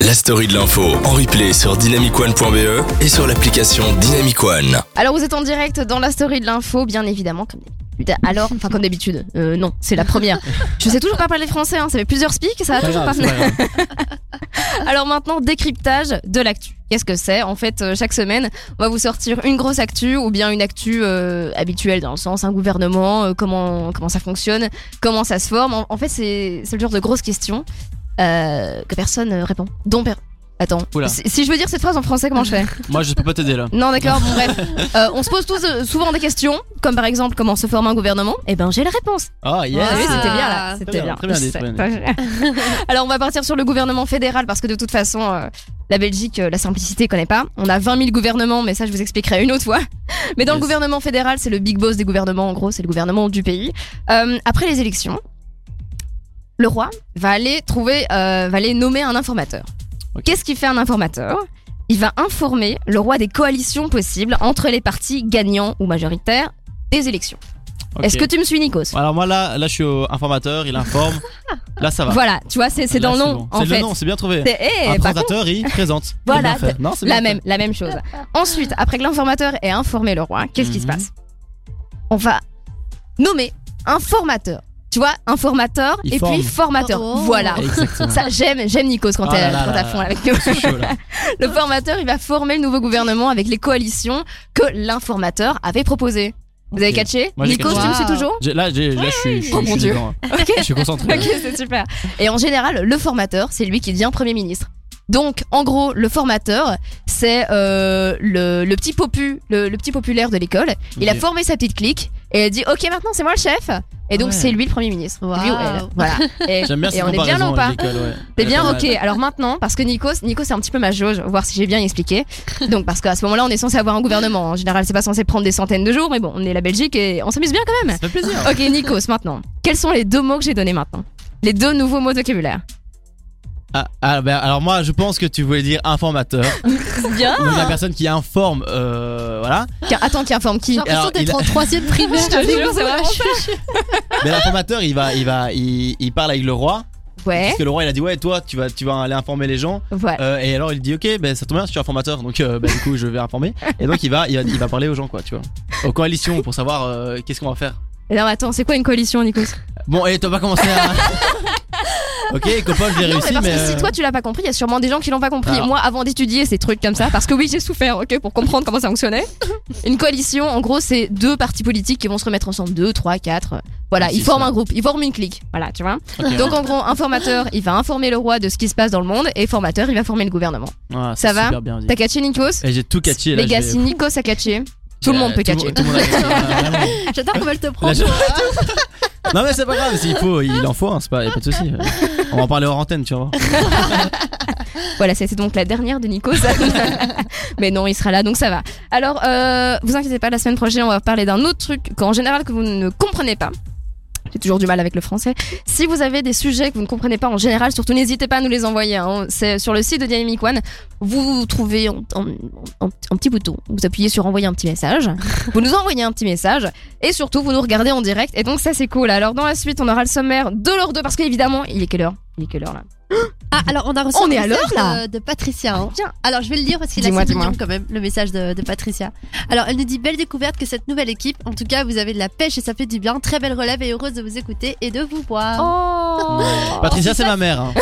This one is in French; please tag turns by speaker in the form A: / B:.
A: la story de l'info en replay sur dynamicone.be E et sur l'application Dynamicone.
B: Alors vous êtes en direct dans la story de l'info, bien évidemment, comme d'habitude. Alors, enfin comme d'habitude, Euh, non, c'est la première. Je sais toujours pas parler français, hein, ça fait plusieurs speaks, ça va
C: Pas
B: toujours
C: grave,
B: pas
C: c'est pas grave.
B: Alors maintenant, décryptage de l'actu. Qu'est-ce que c'est En fait, euh, chaque semaine, on va vous sortir une grosse actu ou bien une actu euh, habituelle dans le sens un gouvernement, euh, comment comment ça fonctionne, comment ça se forme. En, en fait, c'est c'est le genre de grosses questions euh, que personne euh, répond. Dont per- Attends,
C: Oula.
B: si, si je veux dire cette phrase en français, comment je fais
C: Moi, je peux pas t'aider là.
B: Non, d'accord, bon, bref. Euh, on se pose tous euh, souvent des questions, comme par exemple comment se forme un gouvernement. Eh ben, j'ai la réponse.
C: Oh, yes.
B: Ah oui, c'était bien là.
C: Très
B: C'était
C: bien,
B: bien.
C: très bien dit, très bien
B: Alors on va partir sur le gouvernement fédéral parce que de toute façon, euh, la Belgique, euh, la simplicité connaît pas. On a 20 000 gouvernements, mais ça je vous expliquerai une autre fois. Mais dans le
C: Yes.
B: gouvernement fédéral, c'est le big boss des gouvernements, en gros, c'est le gouvernement du pays. Euh, après les élections, le roi va aller trouver, euh, va aller nommer un informateur.
C: Ok.
B: Qu'est-ce qu'il fait un informateur Il va informer le roi des coalitions possibles entre les partis gagnants ou majoritaires des élections.
C: Ok.
B: Est-ce que tu me suis, Nikos
C: Alors, moi là, là, je suis au informateur, il informe. Là, ça va.
B: Voilà, tu vois, c'est c'est
C: Là,
B: dans le nom,
C: bon.
B: en
C: C'est
B: fait.
C: le nom, c'est bien trouvé.
B: C'est- eh,
C: Un
B: par
C: présentateur, il présente.
B: Voilà,
C: C'est bien fait. Non, c'est bien
B: La
C: fait.
B: même, la même chose. Ensuite, après que l'informateur ait informé le roi, qu'est-ce qui se
C: Mhm.
B: passe On va nommer un formateur. Tu vois, informateur
C: Il
B: et
C: forme.
B: puis formateur.
D: Oh.
B: Voilà.
C: Exactement.
B: Ça, j'aime, j'aime Nikos quand
C: Ah
B: t'es
C: là là
B: quand t'es à
C: là
B: fond
C: là.
B: avec nous.
C: C'est chaud, là.
B: Le formateur, il va former le nouveau gouvernement avec les coalitions que l'informateur avait proposées. Vous avez
C: Ok.
B: catché
C: Moi, j'ai
B: Nikos,
C: catché.
B: tu me suis
D: Wow.
B: toujours
C: J'ai- Là, j'ai- là, je suis, je suis-
B: Oh,
C: je
B: mon
C: suis
B: Dieu.
C: dedans.
B: Ok.
C: Je suis concentré.
B: Ok, c'est super. Et en général, le formateur, c'est lui qui devient Premier ministre. Donc, en gros, le formateur, c'est euh, le, le petit popu, le, le petit populaire de l'école. Il a
C: Ok.
B: formé sa petite clique et il a dit, ok, maintenant c'est moi le chef. Et donc,
C: Ouais.
B: c'est lui le Premier ministre.
D: Waouh.
B: Lui ou elle. Voilà. Et,
C: J'aime bien
B: et
C: cette
B: on est bien là
C: comparaison
B: ou pas
C: avec l'école, ouais.
B: T'es
C: Elle est
B: Eh bien,
C: pas
B: ok.
C: mal.
B: Alors maintenant, parce que Nikos, Nikos c'est un petit peu ma jauge, voir si j'ai bien expliqué. Donc, parce qu'à ce moment-là, on est censé avoir un gouvernement. En général, c'est pas censé prendre des centaines de jours, mais bon, on est la Belgique et on s'amuse bien quand même.
C: Ça fait plaisir.
B: Ok, Nikos, maintenant. Quels sont les deux mots que j'ai donnés maintenant Les deux nouveaux mots de vocabulaire.
C: Ah, ah, ben, alors moi, je pense que tu voulais dire informateur.
B: Bien
C: Donc la personne qui informe, euh, voilà.
B: Attends, qui informe qui
D: J'ai l'impression
C: Alors, il
D: d'être
C: a-
D: en troisième primaire.
B: Je te
D: avec
B: jure,
D: vous,
B: c'est vraiment
D: je suis-
C: Mais l'informateur, il va, il va, il, il parle avec le roi.
B: Ouais,
C: Parce que le roi, il a dit ouais, toi, tu vas, tu vas aller informer les gens.
B: ouais.
C: Euh, et alors il dit ok, ben ça tombe bien, je suis informateur, donc euh, ben, du coup je vais informer. Et donc il va, il va, il va parler aux gens quoi, tu vois. Aux coalitions pour savoir euh, qu'est-ce qu'on va faire.
B: Non, mais attends, c'est quoi une coalition, Nikos
C: Bon, et t'as pas commencé à. ok, copain, je l'ai
B: Non, mais
C: réussi,
B: parce
C: mais.
B: que si
C: euh,
B: toi tu l'as pas compris, il y a sûrement des gens qui l'ont pas compris.
C: Alors.
B: Moi, avant d'étudier ces trucs comme ça, parce que oui, j'ai souffert, ok, pour comprendre comment ça fonctionnait. Une coalition, en gros, c'est deux partis politiques qui vont se remettre ensemble, deux, trois, quatre. Voilà,
C: Six,
B: ils forment
C: ouais.
B: un groupe, ils forment une clique. Voilà, tu vois.
C: ok.
B: Donc en gros, un formateur, il va informer le roi de ce qui se passe dans le monde, et formateur, il va former le gouvernement.
C: Ah,
B: ça
C: c'est
B: va
C: super bien dit.
B: T'as catché, Nikos
C: Et j'ai tout catché là.
B: Les gars,
C: je vais-
B: si Nikos a catché, tout le
C: Euh,
B: monde peut
C: tout
B: catcher.
C: Tout le monde a catché, ouais, vraiment.
D: Ah, J'adore comment elle te prend.
C: Là, je- non mais c'est pas grave, s'il faut, il en faut, hein, c'est pas, y a pas de souci. On va en parler hors antenne, tu vois.
B: Voilà, c'était donc la dernière de Nico. ça. Mais non, il sera là, donc ça va. Alors, euh, vous inquiétez pas, la semaine prochaine, on va parler d'un autre truc qu'en général que vous ne comprenez pas. J'ai toujours du mal avec le français. Si vous avez des sujets que vous ne comprenez pas en général, surtout n'hésitez pas à nous les envoyer. hein. C'est sur le site de Dynamic One. Vous trouvez un, un- un- un petit bouton. Vous appuyez sur envoyer un petit message. Vous nous envoyez un petit message. Et surtout, vous nous regardez en direct. Et donc, ça, c'est cool. Alors, dans la suite, on aura le sommaire de l'heure 2. Parce qu'évidemment, il est quelle heure Il est quelle heure là
D: Ah, alors on a reçu
B: On
D: un
B: est à
D: message
B: l'heure, là
D: de, de Patricia. hein.
B: Tiens.
D: Alors je vais le lire parce qu'il a
B: Dis-moi,
D: c'est mignon
B: dis-moi.
D: quand même, le message de, de Patricia. Alors elle nous dit belle découverte que cette nouvelle équipe. En tout cas, vous avez de la pêche et ça fait du bien. Très belle relève et heureuse de vous écouter et de vous voir.
B: Oh
C: Patricia, c'est ma mère. hein.